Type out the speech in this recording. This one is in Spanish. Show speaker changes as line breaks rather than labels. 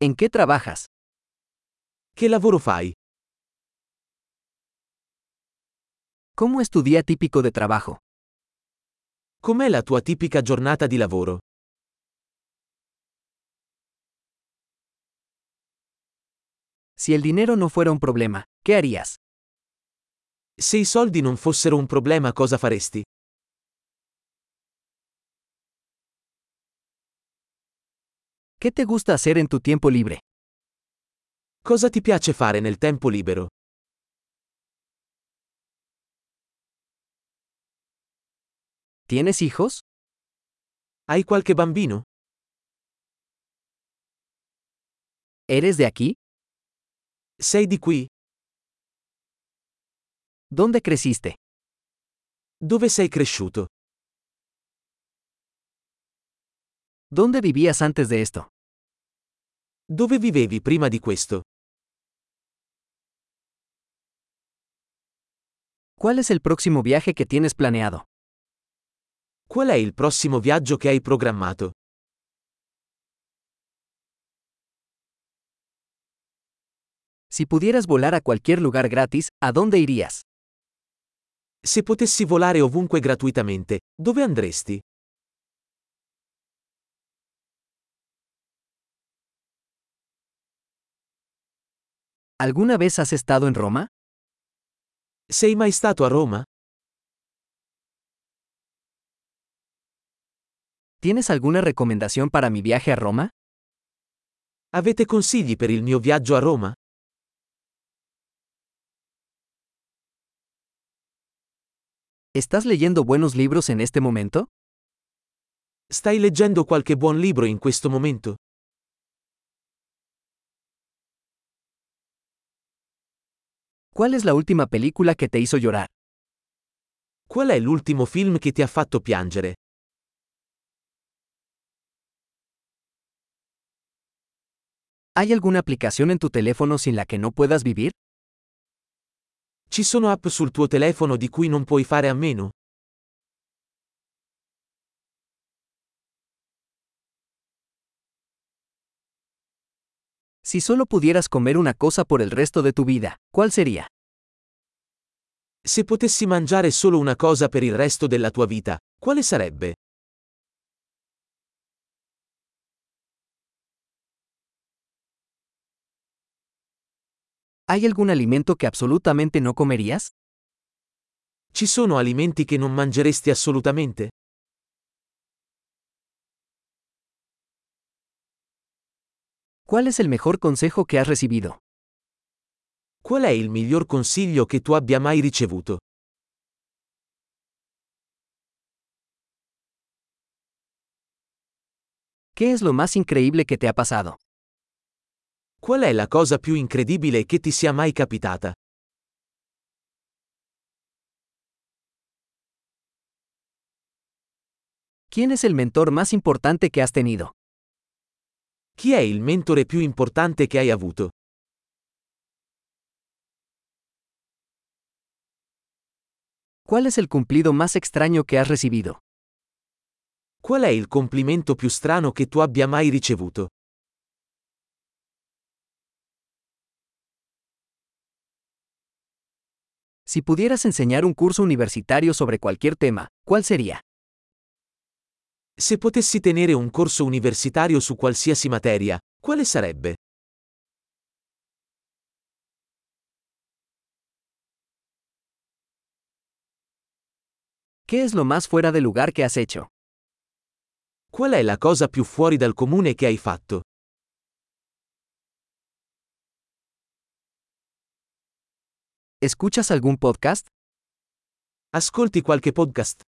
¿En qué trabajas?
Che lavoro fai?
¿Cómo es tu día típico de trabajo?
Com'è la tua tipica giornata di lavoro?
Si el dinero no fuera un problema, ¿qué harías?
Se i soldi non fossero un problema cosa faresti?
¿Qué te gusta hacer en tu tiempo libre?
Cosa ti piace fare nel tempo libero?
¿Tienes hijos?
Hai qualche bambino?
¿Eres de aquí?
Sei di qui?
¿Dónde creciste?
Dove sei cresciuto?
¿Dónde vivías antes de esto?
Dove vivevi prima di questo?
¿Cuál es el próximo viaje que tienes planeado?
Qual è il prossimo viaggio che hai programmato?
Si pudieras volar a cualquier lugar gratis, ¿a dónde irías?
Se potessi volare ovunque gratuitamente, dove andresti?
¿Alguna vez has estado en Roma?
Sei mai stato a Roma?
¿Tienes alguna recomendación para mi viaje a Roma?
Avete consigli per il mio viaggio a Roma?
¿Estás leyendo buenos libros en este momento?
Stai leggendo qualche buon libro in questo momento?
¿Cuál es la última película que te hizo llorar?
Qual è l'ultimo film che ti ha fatto piangere?
¿Hay alguna aplicación en tu teléfono sin la que no puedas vivir?
Ci sono app sul tuo telefono di cui non puoi fare a meno?
Si solo pudieras comer una cosa por el resto de tu vida, ¿cuál sería?
Se potessi mangiare solo una cosa per il resto della tua vita, quale sarebbe?
¿Hay algún alimento que absolutamente no comerías?
Ci sono alimenti che non mangeresti assolutamente?
¿Cuál es el mejor consejo que has recibido?
Qual è il miglior consiglio che tu abbia mai ricevuto?
¿Qué es lo más increíble que te ha pasado?
Qual è la cosa più incredibile che ti sia mai capitata?
¿Quién es el mentor más importante que has tenido?
Chi è il mentore più importante che hai avuto?
¿Cuál es el cumplido más extraño que has recibido?
Qual è il complimento più strano che tu abbia mai ricevuto?
Si pudieras enseñar un curso universitario sobre cualquier tema, ¿cuál sería?
Se potessi tenere un corso universitario su qualsiasi materia, quale sarebbe?
¿Qué es lo más fuera de lugar que has hecho?
Qual è la cosa più fuori dal comune che hai fatto?
¿Escuchas algún podcast?
Ascolti qualche podcast?